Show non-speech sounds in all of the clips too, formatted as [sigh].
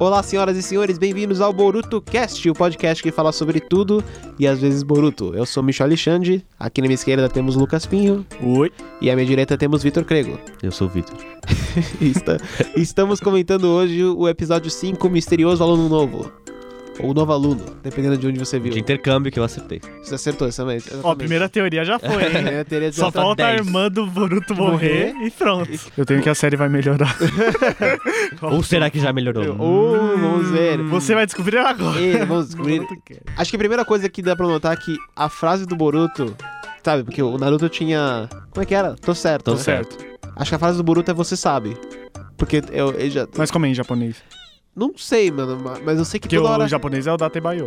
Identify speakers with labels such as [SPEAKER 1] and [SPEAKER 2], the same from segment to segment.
[SPEAKER 1] Olá, senhoras e senhores, bem-vindos ao Boruto Cast, o podcast que fala sobre tudo e às vezes Boruto. Eu sou Michel Alexandre, aqui na minha esquerda temos Lucas Pinho
[SPEAKER 2] Oi.
[SPEAKER 1] e à minha direita temos Vitor Crego.
[SPEAKER 2] Eu sou o Vitor. [laughs]
[SPEAKER 1] Está- Estamos comentando hoje o episódio 5, Misterioso Aluno Novo. Ou Novo Aluno, dependendo de onde você viu.
[SPEAKER 2] De intercâmbio que eu acertei.
[SPEAKER 1] Você acertou essa vez. É,
[SPEAKER 3] Ó,
[SPEAKER 1] [laughs]
[SPEAKER 3] a primeira teoria já foi, hein?
[SPEAKER 1] Primeira teoria de
[SPEAKER 3] Só
[SPEAKER 1] acertar
[SPEAKER 3] falta a
[SPEAKER 1] 10.
[SPEAKER 3] irmã do Boruto morrer e pronto. Eu tenho que a série vai melhorar.
[SPEAKER 2] Ou será que já melhorou?
[SPEAKER 1] Oh, vamos ver.
[SPEAKER 3] Hum, Você vai descobrir agora.
[SPEAKER 1] E, vamos descobrir. Acho que a primeira coisa que dá pra notar é que a frase do Boruto, sabe, porque o Naruto tinha. Como é que era? Tô certo.
[SPEAKER 2] Tô
[SPEAKER 1] né?
[SPEAKER 2] certo.
[SPEAKER 1] Acho que a frase do Boruto é você sabe. Porque eu, eu já.
[SPEAKER 3] Mas como é em japonês?
[SPEAKER 1] Não sei, mano, ma- mas eu sei que
[SPEAKER 3] Porque
[SPEAKER 1] toda hora.
[SPEAKER 3] o japonês é o Datebayo.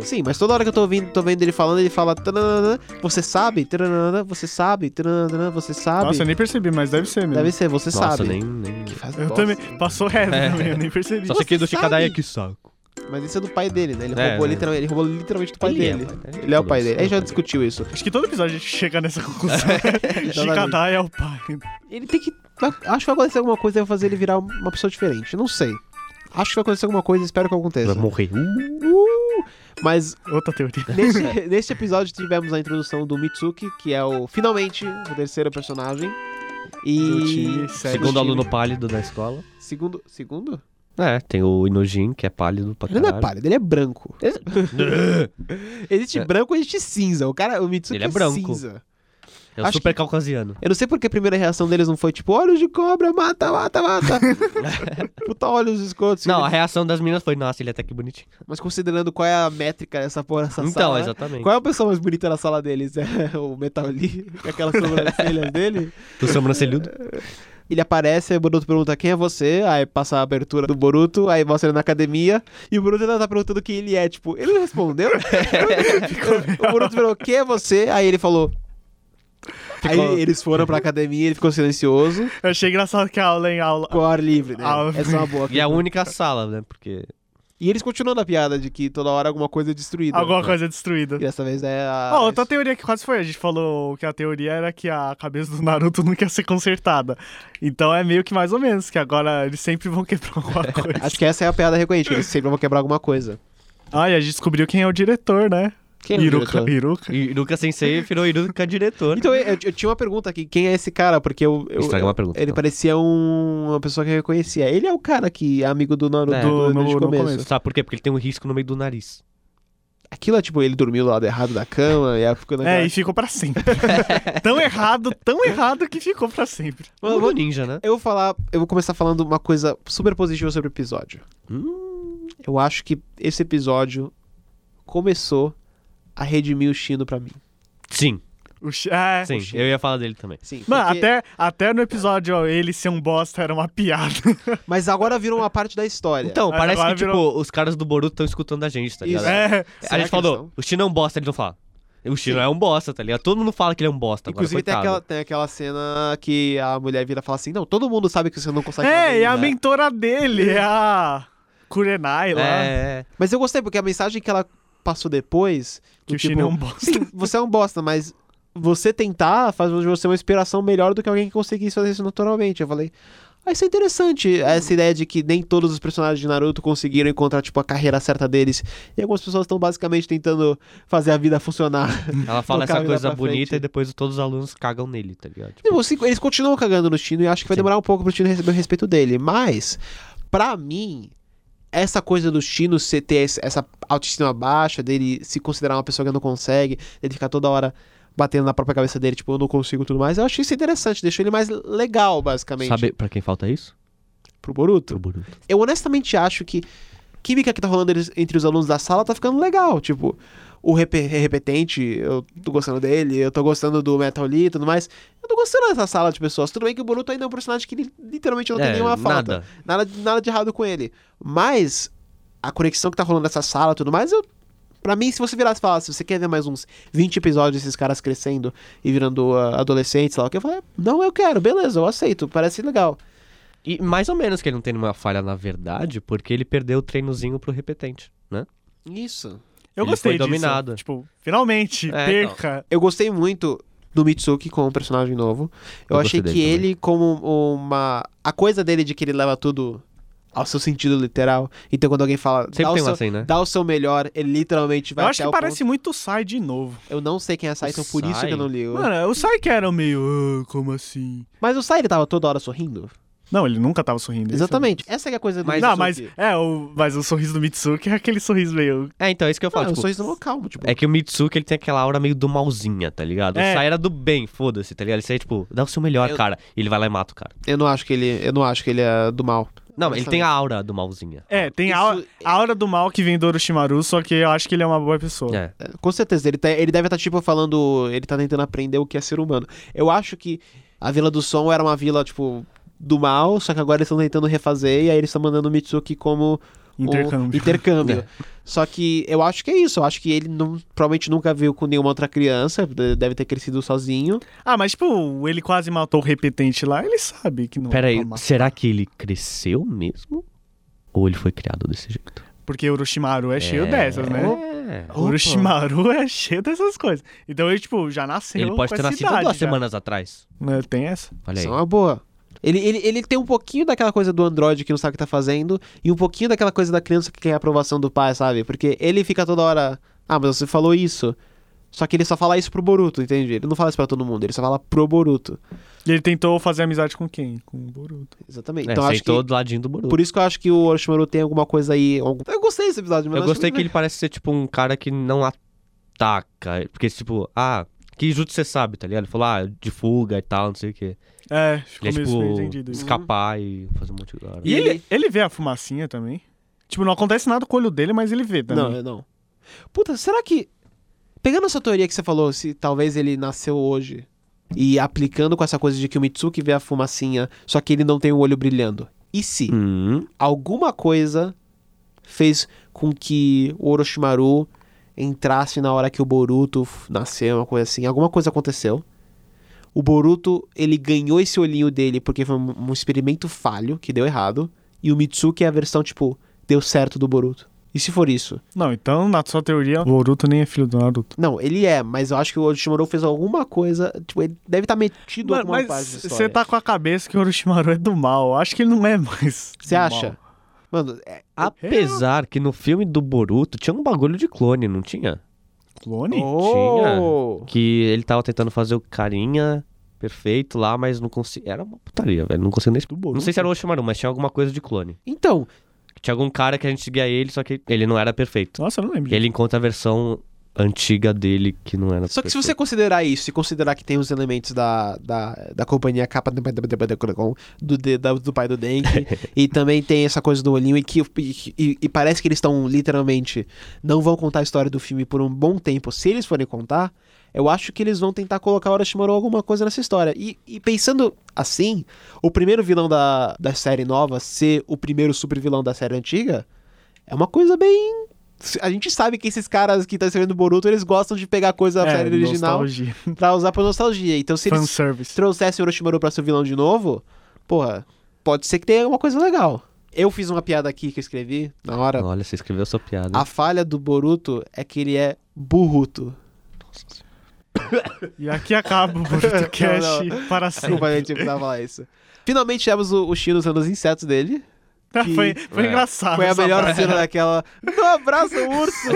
[SPEAKER 1] [laughs] Sim, mas toda hora que eu tô ouvindo, tô vendo ele falando, ele fala. "Tananana, Você sabe? Tananana, Você sabe? Tananana, Você sabe?
[SPEAKER 3] Nossa, eu nem percebi, mas deve ser mesmo.
[SPEAKER 1] Deve ser, você
[SPEAKER 2] Nossa,
[SPEAKER 1] sabe.
[SPEAKER 2] nem... nem...
[SPEAKER 1] Que frase
[SPEAKER 3] Eu
[SPEAKER 1] bosta.
[SPEAKER 3] também. Passou reto
[SPEAKER 2] É.
[SPEAKER 3] também, eu nem percebi.
[SPEAKER 2] Só sei que
[SPEAKER 1] Você
[SPEAKER 2] do Shikadai é
[SPEAKER 1] sabe?
[SPEAKER 2] que saco.
[SPEAKER 1] Mas isso é do pai dele, né? Ele,
[SPEAKER 2] É,
[SPEAKER 1] roubou,
[SPEAKER 2] né?
[SPEAKER 1] literalmente, ele roubou literalmente do pai dele.
[SPEAKER 2] é,
[SPEAKER 1] Ele é o pai dele. A gente já discutiu isso.
[SPEAKER 3] Acho que todo episódio a gente chega
[SPEAKER 1] [laughs]
[SPEAKER 3] nessa conclusão. [laughs] Shikadai é o pai.
[SPEAKER 1] Ele tem que. vai- Acho que vai acontecer alguma coisa e vai fazer ele virar uma pessoa diferente. Não sei. Acho que vai acontecer alguma coisa, espero que aconteça.
[SPEAKER 2] Vai morrer. Uh,
[SPEAKER 1] Uh! Mas
[SPEAKER 3] Outra teoria.
[SPEAKER 1] neste, [laughs] neste episódio tivemos a introdução do Mitsuki, que é o finalmente o terceiro personagem.
[SPEAKER 3] Do
[SPEAKER 1] E.
[SPEAKER 3] time sete.
[SPEAKER 2] segundo
[SPEAKER 1] time.
[SPEAKER 2] aluno pálido da escola.
[SPEAKER 1] Segundo. Segundo?
[SPEAKER 2] É, tem o Inojin, que é pálido pra
[SPEAKER 1] Ele
[SPEAKER 2] caralho.
[SPEAKER 1] não é pálido, ele é branco.
[SPEAKER 2] [laughs]
[SPEAKER 1] Existe
[SPEAKER 2] É.
[SPEAKER 1] branco, existe cinza. O cara, o Mitsuki
[SPEAKER 2] Ele é branco.
[SPEAKER 1] cinza.
[SPEAKER 2] É o
[SPEAKER 1] Acho
[SPEAKER 2] super
[SPEAKER 1] que-
[SPEAKER 2] caucasiano.
[SPEAKER 1] Eu não sei porque a primeira reação deles não foi tipo, olhos de cobra, mata, mata,
[SPEAKER 2] [laughs]
[SPEAKER 1] mata. Puta, olhos escotos.
[SPEAKER 2] Não, a reação das meninas foi, nossa, ele é até que bonitinho.
[SPEAKER 1] Mas considerando qual é a métrica dessa porra, dessa
[SPEAKER 2] Então,
[SPEAKER 1] sala.
[SPEAKER 2] exatamente.
[SPEAKER 1] Qual é a pessoa mais bonita na sala deles? É o Metal Lee, [laughs] com aquelas sobrancelhas dele?
[SPEAKER 2] Do sobrancelhudo.
[SPEAKER 1] Ele aparece, aí o Boruto pergunta quem é você, aí passa a abertura do Boruto, aí mostra ele na academia, e o Boruto ainda tá perguntando quem ele é, tipo, ele não
[SPEAKER 3] [laughs]
[SPEAKER 1] respondeu? [laughs] o Boruto perguntou quem é você, aí ele falou...
[SPEAKER 2] Ficou-
[SPEAKER 1] Aí eles foram pra academia, ele ficou silencioso,
[SPEAKER 3] Eu achei engraçado que a aula em aula.
[SPEAKER 1] com o ar livre, né?
[SPEAKER 3] Ah,
[SPEAKER 1] Essa é uma
[SPEAKER 3] [laughs]
[SPEAKER 1] boa.
[SPEAKER 2] E a única sala, né? Porque
[SPEAKER 1] E eles continuam na piada de que toda hora alguma coisa é destruída.
[SPEAKER 3] Alguma coisa destruída.
[SPEAKER 1] E dessa vez é a...
[SPEAKER 3] Ó, outra teoria que quase foi. A gente falou que a teoria era que a cabeça do Naruto [laughs] nunca ia ser consertada. Então é meio que mais ou menos, que agora eles sempre vão quebrar alguma coisa.
[SPEAKER 1] Acho que essa é a piada recorrente, que eles sempre vão quebrar alguma coisa.
[SPEAKER 3] Ah, e a gente descobriu quem é o diretor, né?
[SPEAKER 1] Quem é
[SPEAKER 3] Iruka, Iruka.
[SPEAKER 2] Iruka Sensei virou Iruka diretor.
[SPEAKER 1] Então, eu, eu tinha uma pergunta aqui. Quem é esse cara? Porque eu... eu-
[SPEAKER 2] [laughs] Estraga uma pergunta.
[SPEAKER 1] Ele
[SPEAKER 2] então.
[SPEAKER 1] parecia um- uma pessoa que eu reconhecia. Ele é o cara que é amigo do Naruto
[SPEAKER 2] É.
[SPEAKER 1] do,
[SPEAKER 3] Do- no-
[SPEAKER 1] desde o
[SPEAKER 3] no
[SPEAKER 1] começo.
[SPEAKER 3] começo.
[SPEAKER 2] Sabe por quê? Porque ele tem um risco no meio do nariz.
[SPEAKER 1] Aquilo é tipo, ele dormiu do lado errado da cama e aí ficou naquela...
[SPEAKER 3] É, e ficou pra sempre. tão errado, tão errado que ficou pra sempre.
[SPEAKER 1] Mas eu
[SPEAKER 2] Como
[SPEAKER 1] vou-
[SPEAKER 2] ninja, né?
[SPEAKER 1] Eu vou falar... Eu vou começar falando uma coisa super positiva sobre o episódio. Eu acho que esse episódio começou a redimir o Shino pra mim.
[SPEAKER 2] Sim,
[SPEAKER 3] O Shi- é.
[SPEAKER 2] sim. Eu ia falar dele também.
[SPEAKER 1] Sim,
[SPEAKER 3] Mano,
[SPEAKER 1] porque-
[SPEAKER 3] até, até no episódio ó, ele ser um bosta era uma piada.
[SPEAKER 1] Mas agora virou uma parte da história.
[SPEAKER 2] Então,
[SPEAKER 3] Mas
[SPEAKER 2] parece
[SPEAKER 3] agora
[SPEAKER 2] que, tipo, os caras do Boruto estão escutando a gente, tá
[SPEAKER 1] Isso.
[SPEAKER 2] ligado?
[SPEAKER 3] É,
[SPEAKER 2] a
[SPEAKER 1] Será
[SPEAKER 2] gente
[SPEAKER 1] que eles
[SPEAKER 2] falou,
[SPEAKER 1] tão?
[SPEAKER 2] o Shino é um bosta, ele não fala. O Shino
[SPEAKER 1] Sim.
[SPEAKER 2] é um bosta, tá ligado? Todo mundo fala que ele é um bosta. agora,
[SPEAKER 1] Inclusive tem
[SPEAKER 2] coitado.
[SPEAKER 1] aquela, tem aquela cena que a mulher vira e fala assim, não, todo mundo sabe que você não consegue fazer
[SPEAKER 3] é e a
[SPEAKER 1] isso."
[SPEAKER 3] mentora dele, é a Kurenai lá,
[SPEAKER 2] É, é.
[SPEAKER 1] Mas eu gostei, porque a mensagem que ela passou depois.
[SPEAKER 3] que
[SPEAKER 1] do
[SPEAKER 3] o Shin é um bosta.
[SPEAKER 1] Sim, você é um bosta, mas você tentar faz de você uma inspiração melhor do que alguém que conseguisse fazer isso naturalmente. Eu falei. Ah, isso é interessante, essa ideia de que nem todos os personagens de Naruto conseguiram encontrar, tipo, a carreira certa deles. E algumas pessoas estão basicamente tentando fazer a vida funcionar.
[SPEAKER 2] Ela fala
[SPEAKER 1] Tocar a
[SPEAKER 2] essa
[SPEAKER 1] vida
[SPEAKER 2] coisa
[SPEAKER 1] pra
[SPEAKER 2] bonita
[SPEAKER 1] frente.
[SPEAKER 2] e depois todos os alunos cagam nele, tá ligado? Tipo,
[SPEAKER 1] Não, assim, Eles continuam cagando no Tino e eu acho que vai
[SPEAKER 2] Sim.
[SPEAKER 1] demorar um pouco pro Tino receber o respeito dele. Mas, pra mim, essa coisa do Tino ser- ter esse- essa autoestima baixa, dele se considerar uma pessoa que não consegue, ele ficar toda hora batendo na própria cabeça dele, tipo, eu não consigo e tudo mais, eu achei isso interessante, deixou ele mais legal, basicamente.
[SPEAKER 2] sabe pra quem falta isso?
[SPEAKER 1] Pro Boruto.
[SPEAKER 2] Pro Boruto.
[SPEAKER 1] Eu honestamente acho que química que tá rolando eles- entre os alunos da sala tá ficando legal. Tipo, o rep repetente, eu tô gostando dele, eu tô gostando do Metal Lee e tudo mais. Eu tô gostando dessa sala de pessoas. Tudo bem que o Boruto ainda é um personagem que li- literalmente não tem
[SPEAKER 2] É,
[SPEAKER 1] nenhuma falta.
[SPEAKER 2] nada.
[SPEAKER 1] Nada, de- nada de errado com ele. Mas a conexão que tá rolando nessa sala e tudo mais, eu. Pra mim, se você virasse e falasse, você quer ver mais uns 20 episódios desses caras crescendo e virando ah, adolescentes, sei lá o que, eu falei, não, eu quero, beleza, eu aceito, parece legal.
[SPEAKER 2] E mais ou menos que ele não tem nenhuma falha na verdade, porque ele perdeu o treinozinho pro repetente, né?
[SPEAKER 1] Isso.
[SPEAKER 3] Eu
[SPEAKER 2] Ele
[SPEAKER 3] gostei
[SPEAKER 2] foi
[SPEAKER 3] disso.
[SPEAKER 2] dominado.
[SPEAKER 3] Tipo, finalmente,
[SPEAKER 2] É,
[SPEAKER 3] perca.
[SPEAKER 1] Eu gostei muito do Mitsuki como um personagem novo. Eu,
[SPEAKER 2] Eu
[SPEAKER 1] achei
[SPEAKER 2] gostei
[SPEAKER 1] que
[SPEAKER 2] dele também.
[SPEAKER 1] ele, como uma. A coisa dele de que ele leva tudo ao seu sentido literal. Então, quando alguém fala.
[SPEAKER 2] Sempre
[SPEAKER 1] dá, o
[SPEAKER 2] tem uma
[SPEAKER 1] seu,
[SPEAKER 2] assim, né?
[SPEAKER 1] dá o seu melhor, ele literalmente vai
[SPEAKER 3] eu
[SPEAKER 1] até
[SPEAKER 3] acho que
[SPEAKER 1] o
[SPEAKER 3] parece muito o Sai de novo.
[SPEAKER 1] ponto. Eu não sei quem é a Sai,
[SPEAKER 2] O
[SPEAKER 1] então por isso que eu não li.
[SPEAKER 3] Mano, o Sai que era meio. "Ah, como assim?
[SPEAKER 1] Mas o Sai, ele tava toda hora sorrindo.
[SPEAKER 3] Não, ele nunca tava sorrindo. esse
[SPEAKER 1] Exatamente. Essa que é a coisa do
[SPEAKER 3] é o- Não, mas
[SPEAKER 1] Mitsuki.
[SPEAKER 3] é, o, mas o sorriso do Mitsuki é aquele sorriso meio.
[SPEAKER 2] É, então, é isso que eu
[SPEAKER 1] Não,
[SPEAKER 2] falo.
[SPEAKER 1] é um
[SPEAKER 2] tipo,
[SPEAKER 1] sorriso mal calmo, tipo.
[SPEAKER 2] É que o Mitsuki, ele tem aquela aura meio do malzinha, tá ligado?
[SPEAKER 3] É.
[SPEAKER 2] O Sai era do bem, foda-se, tá ligado? Ele sai, tipo, dá o seu melhor,
[SPEAKER 1] Eu-
[SPEAKER 2] cara. E ele vai lá e mata o cara.
[SPEAKER 1] Eu não acho que ele. Eu não acho que ele é do mal.
[SPEAKER 2] Não, mas ele tem a aura do malzinho.
[SPEAKER 3] É, tem a,
[SPEAKER 1] Isso-
[SPEAKER 3] aura- a aura do mal que vem do Orochimaru, só que eu acho que ele é uma boa pessoa.
[SPEAKER 2] É.
[SPEAKER 1] Com certeza, ele, tá- ele deve estar, tipo, falando. Ele tá tentando aprender o que é ser humano. Eu acho que a Vila do Som era uma vila, tipo, do mal, só que agora eles estão tentando refazer e aí eles estão mandando o Mitsuki como um
[SPEAKER 3] Intercâmbio.
[SPEAKER 1] intercâmbio. Só que eu acho que é isso. Eu acho que ele não- provavelmente nunca viu com nenhuma outra criança, de- deve ter crescido sozinho.
[SPEAKER 3] Ah, mas tipo, ele quase matou o repetente lá, ele sabe que não.
[SPEAKER 2] Pera aí,
[SPEAKER 3] vai matar.
[SPEAKER 2] será que ele cresceu mesmo? Ou ele foi criado desse jeito?
[SPEAKER 3] Porque Orochimaru é cheio dessas, né?
[SPEAKER 2] É.
[SPEAKER 1] Opa.
[SPEAKER 3] Orochimaru é cheio dessas coisas. Então ele, tipo, já nasceu.
[SPEAKER 2] Ele pode
[SPEAKER 3] com
[SPEAKER 2] ter
[SPEAKER 3] essa
[SPEAKER 2] nascido
[SPEAKER 3] idade
[SPEAKER 2] duas
[SPEAKER 3] já.
[SPEAKER 2] semanas atrás.
[SPEAKER 3] Né, Tem essa?
[SPEAKER 2] Olha aí.
[SPEAKER 1] Isso é uma boa. Ele, ele, ele tem um pouquinho daquela coisa do Android que não sabe o que tá fazendo e um pouquinho daquela coisa da criança que quer a aprovação do pai, sabe? Porque ele fica toda hora, ah, mas você falou isso. Só que ele só fala isso pro Boruto, entende? Ele não fala isso pra todo mundo, ele só fala pro Boruto.
[SPEAKER 3] E ele tentou fazer amizade com quem? Com o Boruto.
[SPEAKER 1] Exatamente.
[SPEAKER 2] É,
[SPEAKER 1] então acho
[SPEAKER 2] sentou
[SPEAKER 1] que
[SPEAKER 2] do ladinho do Boruto.
[SPEAKER 1] por isso que eu acho que o Orochimaru tem alguma coisa aí, algum- Eu gostei desse episódio, mas
[SPEAKER 2] Eu
[SPEAKER 1] acho
[SPEAKER 2] gostei que ele parece ser, tipo, um cara que não ataca. Porque, tipo, ah, que jutsu você sabe, tá ligado? Ele falou, ah, de fuga e tal, não sei o quê.
[SPEAKER 3] É, ficou
[SPEAKER 2] Ele é,
[SPEAKER 3] meio
[SPEAKER 2] tipo,
[SPEAKER 3] entendido.
[SPEAKER 1] né?
[SPEAKER 2] escapar e fazer um monte de...
[SPEAKER 3] E
[SPEAKER 1] E
[SPEAKER 3] ele,
[SPEAKER 1] ele-
[SPEAKER 3] ele vê a fumacinha também? Tipo, não acontece nada com o olho dele, mas ele vê também.
[SPEAKER 1] Não, é. eu não. Puta, será que pegando essa teoria que você falou, se talvez ele nasceu hoje e aplicando com essa coisa de que o Mitsuki vê a fumacinha, só que ele não tem o olho brilhando. E se É
[SPEAKER 2] Hum,
[SPEAKER 1] alguma coisa fez com que o Orochimaru entrasse na hora que o Boruto f- nasceu, uma coisa assim. Alguma coisa aconteceu. O Boruto, ele ganhou esse olhinho dele porque foi um um experimento falho que deu errado. E o Mitsuki é a versão, tipo, deu certo do Boruto. E se for isso?
[SPEAKER 3] Não, então, na sua teoria, o Boruto nem é filho do Naruto.
[SPEAKER 1] Não, ele é, mas eu acho que o Orochimaru fez alguma coisa. Tipo, ele deve estar metido em
[SPEAKER 3] Mano,
[SPEAKER 1] alguma parte da
[SPEAKER 3] mas
[SPEAKER 1] história.
[SPEAKER 3] você tá com a cabeça que o Orochimaru é do mal. Eu Acho que ele não é mais.
[SPEAKER 1] Você
[SPEAKER 3] do
[SPEAKER 1] acha?
[SPEAKER 3] mal.
[SPEAKER 1] Mano, é...
[SPEAKER 2] apesar que no filme do Boruto tinha um bagulho de clone, não tinha?
[SPEAKER 3] Clone?
[SPEAKER 1] Oh!
[SPEAKER 2] Que ele tava tentando fazer o carinha perfeito lá, mas não conseguia. Era uma putaria, velho. Não consigo nem explicar.
[SPEAKER 3] Do Boruto?
[SPEAKER 2] Não sei se era o Oshimaru, mas tinha alguma coisa de clone.
[SPEAKER 1] Então,
[SPEAKER 2] Tinha algum cara que a gente seguia ele, só que ele não era perfeito.
[SPEAKER 3] Nossa, eu não lembro.
[SPEAKER 2] E ele encontra a versão antiga dele que não era
[SPEAKER 1] Só que se
[SPEAKER 2] perfeita.
[SPEAKER 1] você considerar isso e considerar que tem os elementos da, da, da companhia capa do, de- da- do pai do Denki e também tem essa coisa do olhinho e que e, e- e parece que eles estão literalmente não vão contar a história do filme por um bom tempo. Se eles forem contar, eu acho que eles vão tentar colocar o Orochimaru alguma coisa nessa história. E, e pensando assim, o primeiro vilão da, da série nova ser o primeiro super vilão da série antiga é uma coisa bem. A gente sabe que esses caras que estão escrevendo Boruto, eles gostam de pegar coisa da
[SPEAKER 3] É,
[SPEAKER 1] série original
[SPEAKER 3] Nostalgia.
[SPEAKER 1] pra usar pra nostalgia. Então, se eles
[SPEAKER 3] Fanservice.
[SPEAKER 1] trouxessem o Orochimaru pra ser o vilão de novo, porra, pode ser que tenha alguma coisa legal. Eu fiz uma piada aqui que eu escrevi na hora.
[SPEAKER 2] Olha, você escreveu sua piada.
[SPEAKER 1] A falha do Boruto é que ele é burruto.
[SPEAKER 3] E aqui acaba o
[SPEAKER 1] [laughs]
[SPEAKER 3] Boruto Cast para sempre.
[SPEAKER 1] Desculpa, a gente precisava falar isso. Finalmente tivemos o, o Shino usando os insetos dele. que-
[SPEAKER 3] [laughs] foi foi
[SPEAKER 2] É.
[SPEAKER 3] engraçado.
[SPEAKER 1] Foi a
[SPEAKER 3] essa
[SPEAKER 1] melhor
[SPEAKER 3] parte.
[SPEAKER 1] cena daquela. Não abraça o [laughs] urso!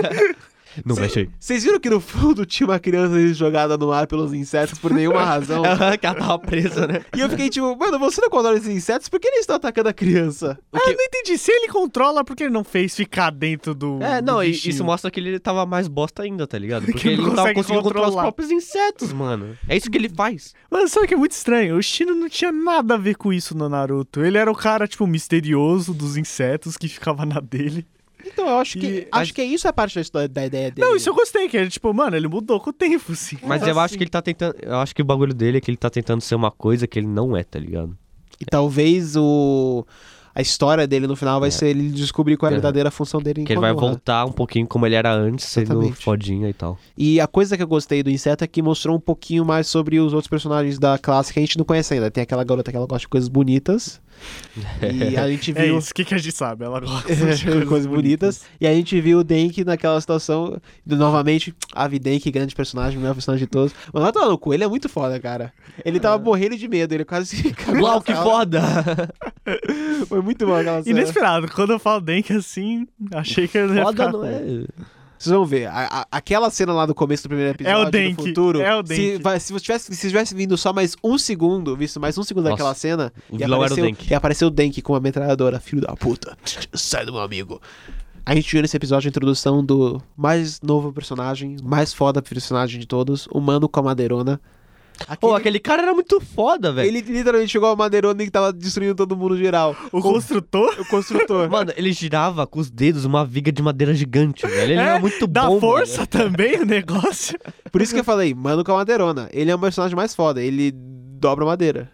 [SPEAKER 2] Não mexe aí.
[SPEAKER 1] Vocês viram que no fundo tinha uma criança jogada no ar pelos insetos por [laughs] nenhuma razão?
[SPEAKER 2] Ela [laughs] que ela tava presa, né?
[SPEAKER 1] E eu fiquei tipo, mano, você não controla esses insetos? Por que eles estão atacando a criança?
[SPEAKER 3] Ah, eu não entendi. Se ele controla, por que ele não fez ficar dentro do.
[SPEAKER 2] É,
[SPEAKER 3] do
[SPEAKER 2] não, e
[SPEAKER 3] bichinho?
[SPEAKER 2] isso mostra que ele tava mais bosta ainda, tá
[SPEAKER 3] [laughs]
[SPEAKER 2] ligado? Porque
[SPEAKER 3] não
[SPEAKER 2] ele não tava
[SPEAKER 3] consegue
[SPEAKER 2] conseguindo controlar.
[SPEAKER 3] controlar.
[SPEAKER 2] os próprios insetos, mano. É isso que ele faz.
[SPEAKER 3] Mano, sabe o que é muito estranho? O Shino não tinha nada a ver com isso no Naruto. Ele era o cara, tipo, misterioso dos insetos que ficava na dele.
[SPEAKER 1] Então eu acho que.
[SPEAKER 3] E-
[SPEAKER 1] Acho que é isso a parte da, história, da ideia dele.
[SPEAKER 3] Não, isso eu gostei, que ele, tipo, mano, ele mudou com o tempo, assim.
[SPEAKER 2] Mas eu acho que ele tá tentando. Eu acho que o bagulho dele é que ele tá tentando ser uma coisa que ele não é, tá ligado?
[SPEAKER 1] E talvez o. a história dele no final vai ser ele descobrir qual é a
[SPEAKER 2] Aham.
[SPEAKER 1] verdadeira função dele em
[SPEAKER 2] Uhum. Que ele vai
[SPEAKER 3] é.
[SPEAKER 1] Konoha.
[SPEAKER 2] voltar um pouquinho como ele era antes, sendo
[SPEAKER 1] Exatamente.
[SPEAKER 2] fodinha e
[SPEAKER 3] [laughs]
[SPEAKER 2] tal.
[SPEAKER 1] E a coisa que eu gostei do inseto é que mostrou um pouquinho mais sobre os outros personagens da classe que a gente não conhece ainda. Tem aquela garota que ela gosta de coisas
[SPEAKER 2] [laughs]
[SPEAKER 1] bonitas. e a gente
[SPEAKER 3] É
[SPEAKER 1] viu. [laughs]
[SPEAKER 3] isso, o que, que a gente sabe?
[SPEAKER 2] [laughs]
[SPEAKER 3] Ela gosta
[SPEAKER 2] É,
[SPEAKER 3] de
[SPEAKER 1] coisas,
[SPEAKER 3] coisas,
[SPEAKER 1] bonitas. E a gente viu o Denk naquela situação. do- Novamente, Ave Denk, grande personagem, melhor personagem de todos. Mas lá tá louco, ele é muito foda, cara. Ele tava morrendo de medo, ele quase [laughs] se cagou na
[SPEAKER 2] É. Uau, que
[SPEAKER 1] sala.
[SPEAKER 3] [laughs]
[SPEAKER 2] foda!
[SPEAKER 1] Foi muito bom aquela
[SPEAKER 2] É.
[SPEAKER 1] cena.
[SPEAKER 3] Inesperado. Quando eu falo Denk assim, achei que eu ia
[SPEAKER 2] foda
[SPEAKER 3] ficar...
[SPEAKER 2] não é.
[SPEAKER 1] Vocês vão ver, a- a- aquela cena lá do começo do primeiro episódio
[SPEAKER 3] É o
[SPEAKER 1] do
[SPEAKER 3] Denk,
[SPEAKER 1] futuro.
[SPEAKER 3] é o
[SPEAKER 1] se,
[SPEAKER 3] Denk.
[SPEAKER 1] vai- se, você tivesse, se tivesse vindo só mais um segundo, visto mais um segundo
[SPEAKER 2] Nossa,
[SPEAKER 1] daquela cena,
[SPEAKER 2] O
[SPEAKER 1] e
[SPEAKER 2] vilão era o
[SPEAKER 1] apareceu,
[SPEAKER 2] Denk.
[SPEAKER 1] e apareceu o Denk com uma metralhadora, filho da puta. Sai do meu amigo. A gente viu nesse episódio a introdução do mais novo personagem, mais foda personagem de todos, o Mano com a Madeirona.
[SPEAKER 2] Pô,
[SPEAKER 1] Aquele-
[SPEAKER 2] aquele cara era muito foda, velho.
[SPEAKER 3] [laughs]
[SPEAKER 1] Ele literalmente chegou a Madeirona e tava destruindo todo mundo geral.
[SPEAKER 3] O
[SPEAKER 1] Com-
[SPEAKER 3] construtor
[SPEAKER 1] o [laughs] construtor.
[SPEAKER 2] Mano, ele girava com os dedos uma viga de madeira gigante, velho. Ele era
[SPEAKER 3] é,
[SPEAKER 2] muito
[SPEAKER 3] dá
[SPEAKER 2] bom.
[SPEAKER 3] força
[SPEAKER 2] mano.
[SPEAKER 3] também
[SPEAKER 2] [laughs]
[SPEAKER 3] o negócio.
[SPEAKER 1] Por isso que eu falei, mano com a madeirona. Ele é o personagem mais foda, ele dobra madeira.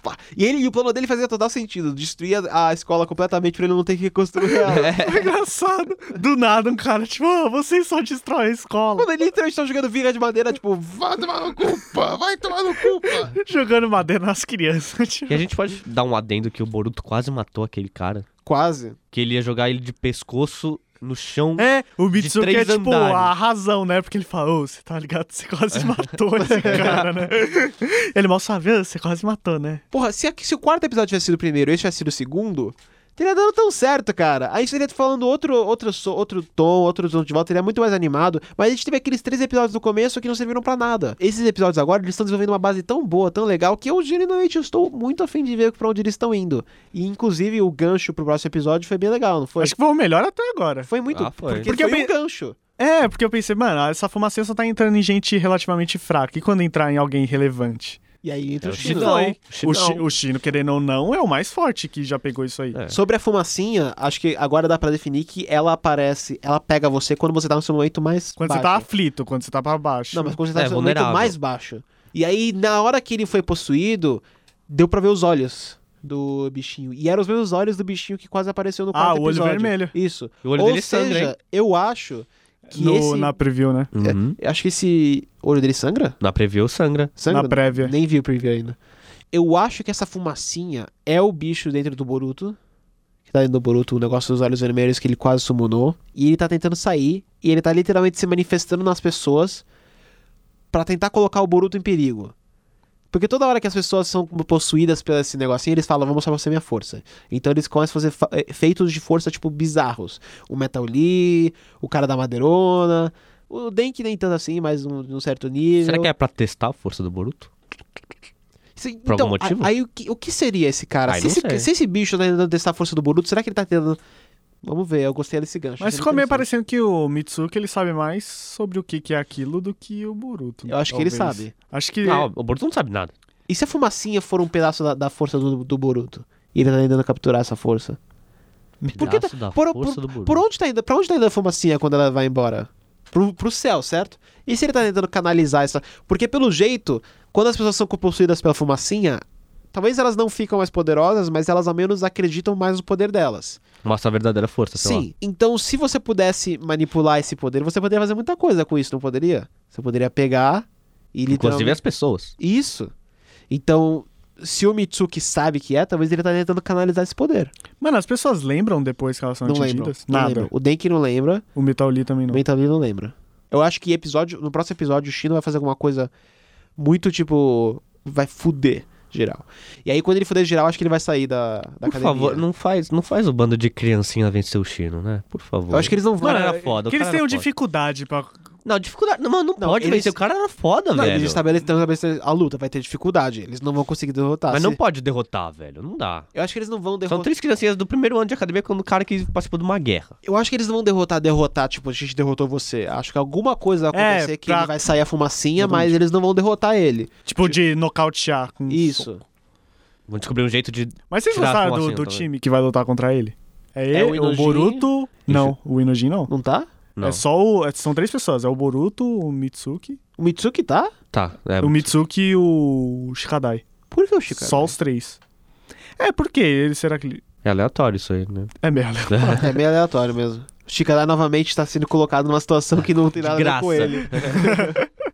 [SPEAKER 1] Pá. E ele, e o plano dele fazia total sentido, destruir a, a escola completamente pra ele não ter que reconstruir ela.
[SPEAKER 3] Foi engraçado. Do nada um cara, tipo, ah, vocês só destroem a escola.
[SPEAKER 1] Mano, ele literalmente tá jogando viga de madeira, tipo, vai tomar no cu, pá, vai tomar no cu, pá.
[SPEAKER 3] [laughs] Jogando madeira nas crianças. [laughs] Tipo.
[SPEAKER 2] E a gente pode dar um adendo que o Boruto quase matou aquele cara.
[SPEAKER 1] Quase.
[SPEAKER 2] Que ele ia jogar ele de pescoço no chão.
[SPEAKER 3] É, o Mitsuki é
[SPEAKER 2] três
[SPEAKER 3] tipo
[SPEAKER 2] andares.
[SPEAKER 3] a razão, né? Porque ele fala, ô, você tá ligado?
[SPEAKER 1] [laughs]
[SPEAKER 3] Você quase matou esse
[SPEAKER 1] é.
[SPEAKER 3] cara, né? [laughs] Ele mal sabia, você quase matou, né?
[SPEAKER 1] Porra, se, aqui- se o quarto episódio tivesse sido o primeiro e esse tivesse sido o segundo, teria dado tão certo, cara. A gente teria falando outro, outro, so- outro tom, outro tom de volta, teria muito mais animado. Mas a gente teve aqueles três episódios do começo que não serviram pra nada. Esses episódios agora, eles estão desenvolvendo uma base tão boa, tão legal, que eu genuinamente estou muito afim de ver pra onde eles estão indo. E inclusive o gancho pro próximo episódio foi bem legal, não foi?
[SPEAKER 3] Acho que foi o melhor até agora.
[SPEAKER 1] Foi muito.
[SPEAKER 2] Ah, foi.
[SPEAKER 1] Porque,
[SPEAKER 3] Porque
[SPEAKER 1] foi
[SPEAKER 3] eu
[SPEAKER 1] um gancho.
[SPEAKER 3] É, porque eu pensei, mano, essa fumacinha só tá entrando em gente relativamente fraca. E quando entrar em alguém relevante?
[SPEAKER 1] E aí entra
[SPEAKER 2] É,
[SPEAKER 1] o
[SPEAKER 2] o
[SPEAKER 1] Chino.
[SPEAKER 2] Shinão.
[SPEAKER 3] Foi.
[SPEAKER 2] Shinão.
[SPEAKER 3] O, chi, o Chino, querendo ou não, é o mais forte que já pegou isso aí.
[SPEAKER 2] É.
[SPEAKER 1] Sobre a fumacinha, acho que agora dá pra definir que ela aparece, ela pega você quando você tá no seu momento mais
[SPEAKER 3] Quando
[SPEAKER 1] baixo.
[SPEAKER 3] você tá aflito, quando você tá pra baixo.
[SPEAKER 1] Não, mas quando você tá
[SPEAKER 2] É,
[SPEAKER 1] no seu momento
[SPEAKER 2] vulnerável.
[SPEAKER 1] mais baixo. E aí, na hora que ele foi possuído, deu pra ver os olhos do bichinho. E eram os mesmos olhos do bichinho que quase apareceu no
[SPEAKER 3] Ah,
[SPEAKER 1] quarto
[SPEAKER 3] o olho
[SPEAKER 1] episódio.
[SPEAKER 3] vermelho.
[SPEAKER 1] Isso.
[SPEAKER 2] E o olho
[SPEAKER 1] Ou
[SPEAKER 2] dele é
[SPEAKER 1] seja,
[SPEAKER 2] sangra, hein?
[SPEAKER 1] eu acho que
[SPEAKER 3] No-
[SPEAKER 1] esse...
[SPEAKER 3] Na preview, né?
[SPEAKER 2] Uhum.
[SPEAKER 1] eu Acho que esse olho dele sangra?
[SPEAKER 2] Na preview sangra.
[SPEAKER 1] Sangra? né?
[SPEAKER 3] Na prévia.
[SPEAKER 1] Nem vi o preview ainda. Eu acho que essa fumacinha é o bicho dentro do Boruto. Que tá dentro do Boruto, o negócio dos olhos vermelhos que ele quase summonou. E ele tá tentando sair. E ele tá literalmente se manifestando nas pessoas pra tentar colocar o Boruto em perigo. Porque toda hora que as pessoas são possuídas por esse negocinho, eles falam, vou mostrar pra você minha força. Então eles começam a fazer fa- eh, feitos de força, tipo, bizarros. O Metal Lee, o cara da Madeirona, o Denk nem tanto assim, mas num, num certo nível.
[SPEAKER 2] Será que é pra testar a força do Boruto?
[SPEAKER 1] Se-
[SPEAKER 2] Por
[SPEAKER 1] então,
[SPEAKER 2] algum
[SPEAKER 1] a-
[SPEAKER 2] motivo?
[SPEAKER 1] aí o que, o que seria esse cara?
[SPEAKER 2] Ai,
[SPEAKER 1] se,
[SPEAKER 2] não
[SPEAKER 1] esse,
[SPEAKER 2] sei.
[SPEAKER 1] se esse bicho tá tentando testar a força do Boruto, será que ele tá tentando. Vamos ver, eu gostei desse gancho.
[SPEAKER 3] Mas
[SPEAKER 1] achei
[SPEAKER 3] ficou meio
[SPEAKER 1] interessante.
[SPEAKER 3] parecendo que o Mitsuki ele sabe mais sobre o que, que é aquilo do que o Boruto. né?
[SPEAKER 1] Eu acho que ele
[SPEAKER 3] Talvez.
[SPEAKER 1] sabe.
[SPEAKER 3] Acho que.
[SPEAKER 2] Não, Ah, o Boruto não sabe nada.
[SPEAKER 1] E se a fumacinha for um pedaço da, da força do, do Boruto? E ele tá tentando capturar essa força? Por que tá-
[SPEAKER 2] Pedaço da
[SPEAKER 1] por-
[SPEAKER 2] força do Boruto.
[SPEAKER 1] Por onde tá indo? Pra onde tá indo a fumacinha quando ela vai embora? Pro, pro céu, certo? E se ele tá tentando canalizar essa. Porque pelo jeito, quando as pessoas são possuídas pela fumacinha, talvez elas não ficam mais poderosas, mas elas ao menos acreditam mais no poder delas.
[SPEAKER 2] Mostra a verdadeira força, Tá sei lá.
[SPEAKER 1] Sim, então se você pudesse manipular esse poder, você poderia fazer muita coisa com isso, não poderia? Você poderia pegar e
[SPEAKER 2] Inclusive
[SPEAKER 1] literalmente...
[SPEAKER 2] as pessoas.
[SPEAKER 1] Isso. Então, se o Mitsuki sabe que é, talvez ele tá tentando canalizar esse poder.
[SPEAKER 3] Mano, as pessoas lembram depois que elas são
[SPEAKER 1] Não lembro.
[SPEAKER 3] atingidas?
[SPEAKER 1] Então Não
[SPEAKER 3] Nada.
[SPEAKER 1] lembro. O Denki não lembra,
[SPEAKER 3] O Metal Lee também
[SPEAKER 1] o
[SPEAKER 3] não.
[SPEAKER 1] Mentali não lembra. Eu acho que episódio, no próximo episódio o Shino vai fazer alguma coisa muito tipo... Vai fuder geral. E aí quando ele fuder geral, acho que ele vai sair da, da
[SPEAKER 2] Por
[SPEAKER 1] academia.
[SPEAKER 2] favor, não faz, não faz o bando de criancinha vencer o Chino, né? Por favor.
[SPEAKER 1] Eu acho que eles não
[SPEAKER 2] O
[SPEAKER 1] vão...
[SPEAKER 2] cara
[SPEAKER 3] Mano,
[SPEAKER 2] era foda. o
[SPEAKER 3] que eles
[SPEAKER 2] cara
[SPEAKER 3] tenham
[SPEAKER 2] era foda.
[SPEAKER 3] dificuldade pra.
[SPEAKER 2] Não, dificuldade. Não, mano, não,
[SPEAKER 1] Não,
[SPEAKER 2] pode
[SPEAKER 1] eles-
[SPEAKER 2] vencer. O cara era foda,
[SPEAKER 1] Não,
[SPEAKER 2] velho.
[SPEAKER 1] eles estabelecem estabelecem a luta, vai ter dificuldade. Eles não vão conseguir derrotar.
[SPEAKER 2] Mas
[SPEAKER 1] Se-
[SPEAKER 2] não pode derrotar, velho. Não dá.
[SPEAKER 1] Eu acho que eles não vão
[SPEAKER 2] São
[SPEAKER 1] derrotar.
[SPEAKER 2] três criancinhas do primeiro ano de academia quando o cara que participou de uma guerra.
[SPEAKER 1] Eu acho que eles não vão derrotar, derrotar, tipo, a gente derrotou você. Acho que alguma coisa vai
[SPEAKER 3] É,
[SPEAKER 1] acontecer que
[SPEAKER 3] pra-
[SPEAKER 1] ele vai sair a fumacinha, mas eles não vão derrotar ele.
[SPEAKER 3] Tipo, de nocautear com.
[SPEAKER 1] Isso.
[SPEAKER 2] Vão descobrir um jeito de.
[SPEAKER 3] Mas vocês
[SPEAKER 2] Tirar
[SPEAKER 3] gostaram
[SPEAKER 2] como
[SPEAKER 3] do,
[SPEAKER 2] assim,
[SPEAKER 3] do
[SPEAKER 2] tá
[SPEAKER 3] time que vai lutar contra ele? É ele,
[SPEAKER 1] É o
[SPEAKER 3] o,
[SPEAKER 1] Inojin.
[SPEAKER 3] Boruto. Não, o Inojin não.
[SPEAKER 1] Não tá?
[SPEAKER 2] Não.
[SPEAKER 3] É só o. é- São três pessoas. É o Boruto, o Mitsuki.
[SPEAKER 1] O Mitsuki tá?
[SPEAKER 2] Tá. É,
[SPEAKER 3] o Mitsuki e o Shikadai.
[SPEAKER 1] Por que o Chico?
[SPEAKER 3] Só os três. É, por quê? Ele será que. ele-
[SPEAKER 2] É aleatório isso aí, né?
[SPEAKER 3] É meio aleatório.
[SPEAKER 1] [laughs] É meio aleatório mesmo. O Chicalá novamente está sendo colocado numa situação que não tem nada
[SPEAKER 2] De
[SPEAKER 1] a ver com
[SPEAKER 2] graça.
[SPEAKER 1] ele.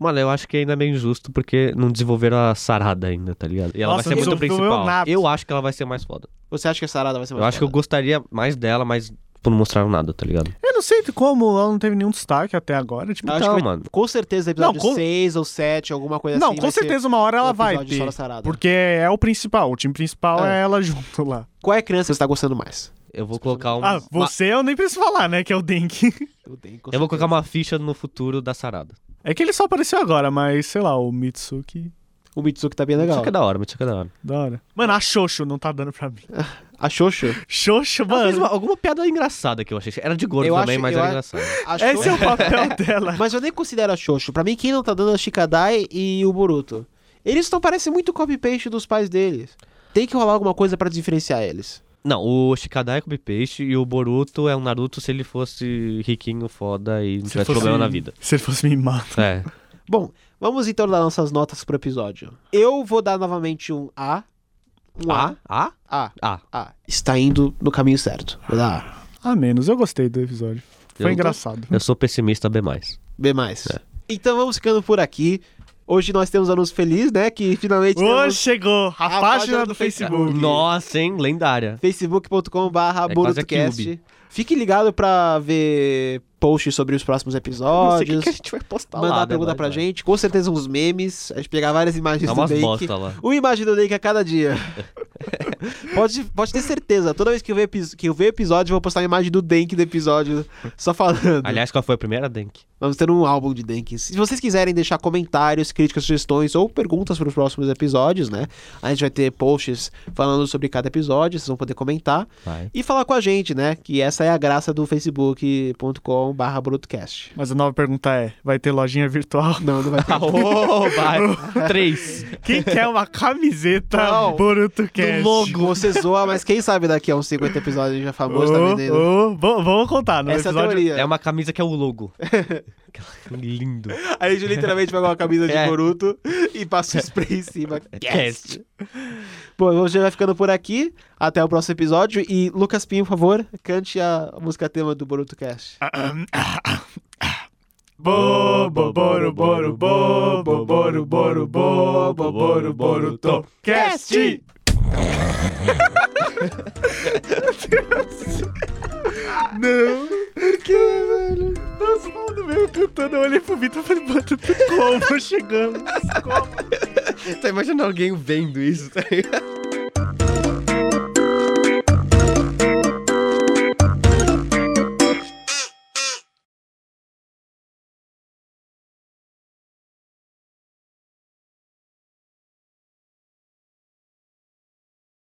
[SPEAKER 2] Mano, eu acho que ainda é meio injusto porque não desenvolveram a sarada ainda, tá ligado? E ela
[SPEAKER 3] Nossa,
[SPEAKER 2] vai ser
[SPEAKER 3] não
[SPEAKER 2] muito
[SPEAKER 3] desenvolveu
[SPEAKER 2] principal.
[SPEAKER 3] nada.
[SPEAKER 2] Eu acho que ela vai ser mais foda.
[SPEAKER 1] Você acha que a Sarada vai ser
[SPEAKER 2] Eu
[SPEAKER 1] mais
[SPEAKER 2] acho que eu
[SPEAKER 1] foda?
[SPEAKER 2] gostaria mais dela, mas tipo, não mostraram nada, tá ligado?
[SPEAKER 3] Eu não sei como ela não teve nenhum destaque até agora. Tipo,
[SPEAKER 1] Eu acho
[SPEAKER 2] Então,
[SPEAKER 1] que vai-
[SPEAKER 2] mano.
[SPEAKER 1] Com certeza, episódio
[SPEAKER 3] Não, com-
[SPEAKER 1] 6 ou 7, alguma coisa
[SPEAKER 3] não,
[SPEAKER 1] assim.
[SPEAKER 3] com
[SPEAKER 1] vai ser
[SPEAKER 3] certeza uma hora
[SPEAKER 1] um
[SPEAKER 3] ela vai
[SPEAKER 1] episódio só
[SPEAKER 3] ter.
[SPEAKER 1] da Sarada.
[SPEAKER 3] Porque é o principal. O time principal
[SPEAKER 1] É.
[SPEAKER 3] é, ela [laughs] junto lá.
[SPEAKER 1] Qual é a criança que você está gostando mais?
[SPEAKER 2] Eu vou colocar um uma.
[SPEAKER 3] Ah, você eu nem preciso falar, né? Que é o Denk.
[SPEAKER 1] Eu, tenho,
[SPEAKER 2] Eu vou colocar uma ficha no futuro da sarada.
[SPEAKER 3] [laughs] É que ele só apareceu agora, mas sei lá, o Mitsuki.
[SPEAKER 1] O Mitsuki tá bem
[SPEAKER 2] Isso
[SPEAKER 1] legal.
[SPEAKER 2] aqui é da hora, mas isso aqui é da hora.
[SPEAKER 3] Da hora. Mano, a Xoxo não tá dando pra mim.
[SPEAKER 1] A Xoxo.
[SPEAKER 3] Xoxo,
[SPEAKER 2] Ela fez
[SPEAKER 3] mano.
[SPEAKER 2] uma- alguma piada engraçada que eu achei. Era de gordo
[SPEAKER 1] Eu
[SPEAKER 2] também,
[SPEAKER 1] acho-
[SPEAKER 2] mas
[SPEAKER 1] eu a-
[SPEAKER 2] era engraçado.
[SPEAKER 1] A
[SPEAKER 3] Esse é o
[SPEAKER 1] Xoxo-
[SPEAKER 3] papel [laughs] dela.
[SPEAKER 1] Mas eu nem considero a Xoxo. Pra mim, quem não tá dando é a Shikadai e o Boruto. Eles não parecem muito copy-paste dos pais deles. Tem que rolar alguma coisa pra diferenciar eles.
[SPEAKER 2] Não, o Shikadai é come peixe e o Boruto é um Naruto se ele fosse riquinho, foda e não
[SPEAKER 3] Se
[SPEAKER 2] tivesse
[SPEAKER 3] fosse-
[SPEAKER 2] problema na
[SPEAKER 3] [laughs]
[SPEAKER 2] vida.
[SPEAKER 3] Se ele fosse mimado.
[SPEAKER 2] É.
[SPEAKER 1] Bom, vamos então dar nossas notas pro episódio. Eu vou dar novamente um A. Um
[SPEAKER 2] A? A?
[SPEAKER 1] A. A.
[SPEAKER 2] A.
[SPEAKER 1] A. Está indo no caminho certo. Vou dar A.
[SPEAKER 3] A menos, eu gostei do episódio. Foi
[SPEAKER 2] Eu tô-
[SPEAKER 3] engraçado.
[SPEAKER 2] Eu sou pessimista B.
[SPEAKER 1] B+. mais.
[SPEAKER 2] É.
[SPEAKER 1] Então vamos ficando por aqui. Hoje nós temos um anúncio feliz, né? Que finalmente
[SPEAKER 3] Ô,
[SPEAKER 1] temos
[SPEAKER 3] chegou! A,
[SPEAKER 1] página
[SPEAKER 3] página,
[SPEAKER 1] do
[SPEAKER 3] do,
[SPEAKER 1] Facebook.
[SPEAKER 2] Tipo,
[SPEAKER 3] Facebook.
[SPEAKER 2] Nossa, hein? Lendária.
[SPEAKER 1] facebook.com barra
[SPEAKER 2] É quase a
[SPEAKER 1] BorutoCast.
[SPEAKER 2] Cube.
[SPEAKER 1] Fique ligado pra ver posts sobre os próximos
[SPEAKER 2] Não sei o que
[SPEAKER 1] episódios.
[SPEAKER 2] que a gente vai postar
[SPEAKER 1] mandar
[SPEAKER 2] lá, né,
[SPEAKER 1] pergunta
[SPEAKER 2] mas
[SPEAKER 1] pra
[SPEAKER 2] vai.
[SPEAKER 1] gente. Com certeza uns memes. A gente pegar várias imagens
[SPEAKER 2] Dá
[SPEAKER 1] do
[SPEAKER 2] Tá umas
[SPEAKER 1] Dake.
[SPEAKER 2] bosta lá.
[SPEAKER 1] Uma imagem do Dake a cada
[SPEAKER 2] [laughs]
[SPEAKER 1] dia. pode, pode ter certeza. Toda vez que eu ver, epi- que eu ver episódio, eu vou postar a imagem do Denk do episódio. Só falando.
[SPEAKER 2] Aliás, qual foi a primeira, Denk?
[SPEAKER 1] Vamos ter um álbum de Denkin. Se vocês quiserem deixar comentários, críticas, sugestões ou perguntas para os próximos episódios, né? A gente vai ter posts falando sobre cada episódio, vocês vão poder comentar
[SPEAKER 2] Vai.
[SPEAKER 1] e falar com a gente, né? Que essa é a graça do facebook.com/barra brutocast.
[SPEAKER 3] Mas a nova pergunta é: vai ter lojinha virtual?
[SPEAKER 1] Não, não vai ter.
[SPEAKER 2] Tá, Ô, [laughs] vai. Três.
[SPEAKER 3] Quem quer uma camiseta
[SPEAKER 1] Não,
[SPEAKER 3] Boruto Cast?
[SPEAKER 1] Do logo. Você zoa, mas quem sabe daqui a uns 50 episódios a gente já famoso tá
[SPEAKER 3] Ô,
[SPEAKER 1] vendendo.
[SPEAKER 3] ô, vo- Vamos contar, no
[SPEAKER 1] Essa é a
[SPEAKER 3] episódio.
[SPEAKER 1] teoria.
[SPEAKER 2] É uma camisa que é o [laughs] logo. Aquela- Lindo.
[SPEAKER 1] A gente literalmente pegou uma camisa de
[SPEAKER 2] É.
[SPEAKER 1] Boruto e passa o spray em [laughs] cima.
[SPEAKER 2] Cast.
[SPEAKER 1] Bom, hoje vai ficando por aqui. Até o próximo episódio. E Lucas Pinho, por favor, cante a música tema do Boruto Cast.
[SPEAKER 3] Bobo, boro, boro, bobo, boro, boro, bobo, boro, boro, to. Cast! Não. Que, velho? Nossa, mano, veio cantando. Eu olhei pro Vitor e falei, mano, como chegamos?
[SPEAKER 1] [laughs]
[SPEAKER 2] Tá imaginando alguém vendo isso, tá ligado?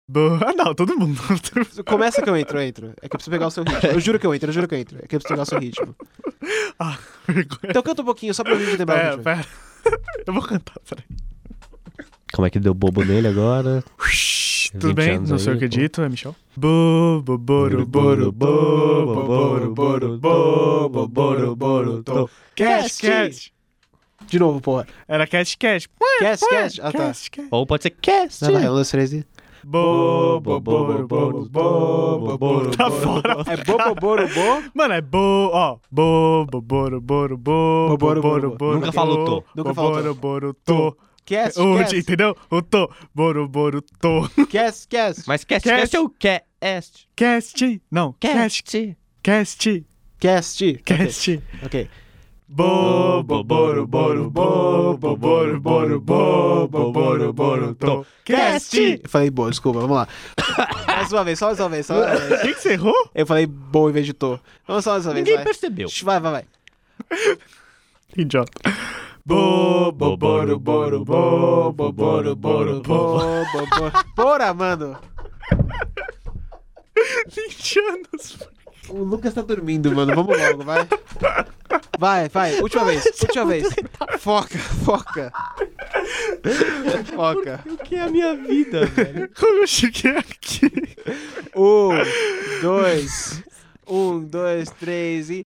[SPEAKER 3] Bo- Ah, não, todo mundo. [laughs]
[SPEAKER 1] Começa que eu entro, eu entro. É que eu preciso pegar o seu ritmo. Eu juro que eu entro, eu juro que eu entro. É que eu preciso pegar o seu ritmo.
[SPEAKER 3] ah, vergonha.
[SPEAKER 1] Então canta um pouquinho, só pra gente lembrar o
[SPEAKER 3] Pera,
[SPEAKER 1] ritmo.
[SPEAKER 3] pera. [laughs] Eu vou cantar, peraí.
[SPEAKER 2] Como é que deu bobo nele agora?
[SPEAKER 3] Tudo
[SPEAKER 2] 20
[SPEAKER 3] bem?
[SPEAKER 2] anos
[SPEAKER 3] Não sei
[SPEAKER 2] aí,
[SPEAKER 3] o que
[SPEAKER 2] pô.
[SPEAKER 3] dito, é Michel? Bobo, boro, boro, bobo, boro, boro, bobo, boro, boro, to. Cast, cast.
[SPEAKER 1] De novo, porra.
[SPEAKER 3] Era cast, cast.
[SPEAKER 1] Cast, cast. Ah, tá.
[SPEAKER 3] Cast, cast.
[SPEAKER 2] Ou pode ser cast.
[SPEAKER 1] Vai, vai, um, dois, três e...
[SPEAKER 3] Bobo, boro, boro, bobo, boro. Tá fora.
[SPEAKER 1] É bobo, boro, bo.
[SPEAKER 3] Mano, é bo, ó. Bobo, boro, boro, bobo,
[SPEAKER 1] Boro, boro,
[SPEAKER 3] boro, boro,
[SPEAKER 1] bo.
[SPEAKER 3] boro.
[SPEAKER 2] Nunca falou to.
[SPEAKER 1] Nunca falou to.
[SPEAKER 3] Boro, boro, to.
[SPEAKER 1] [laughs] Cast,
[SPEAKER 3] O-
[SPEAKER 1] cast.
[SPEAKER 3] Entendeu? O to. Boro, boro, to.
[SPEAKER 1] Cast, cast.
[SPEAKER 2] Mas cast,
[SPEAKER 3] Cast.
[SPEAKER 2] cast é o cast.
[SPEAKER 3] Cast. Não, cast. Cast.
[SPEAKER 1] Cast.
[SPEAKER 3] Cast.
[SPEAKER 1] Ok.
[SPEAKER 3] Bobo, boro, boro, bobo, boro, boro, bobo, boro, boro, to. Cast!
[SPEAKER 1] Eu falei boa, desculpa, vamos lá. [laughs] mais uma vez, só mais uma vez, só mais uma vez.
[SPEAKER 3] Quem que você errou?
[SPEAKER 1] Eu falei boa em vez de tô. Vamos só mais uma vez,
[SPEAKER 2] Ninguém
[SPEAKER 1] vai.
[SPEAKER 2] percebeu.
[SPEAKER 1] Vai, vai, vai.
[SPEAKER 3] Idiota. Bobo, boro, boro, bobo, boro, boro, bobo.
[SPEAKER 1] Bo, bo, bo. Bora, mano.
[SPEAKER 3] 20 anos.
[SPEAKER 1] O Lucas tá dormindo, mano. [laughs] Vamos logo, vai. Vai, vai. Última vez, última vez. Foca, foca. Foca.
[SPEAKER 2] O que é a minha vida, velho?
[SPEAKER 3] Como eu cheguei aqui?
[SPEAKER 1] Um, dois. Um, dois, três e.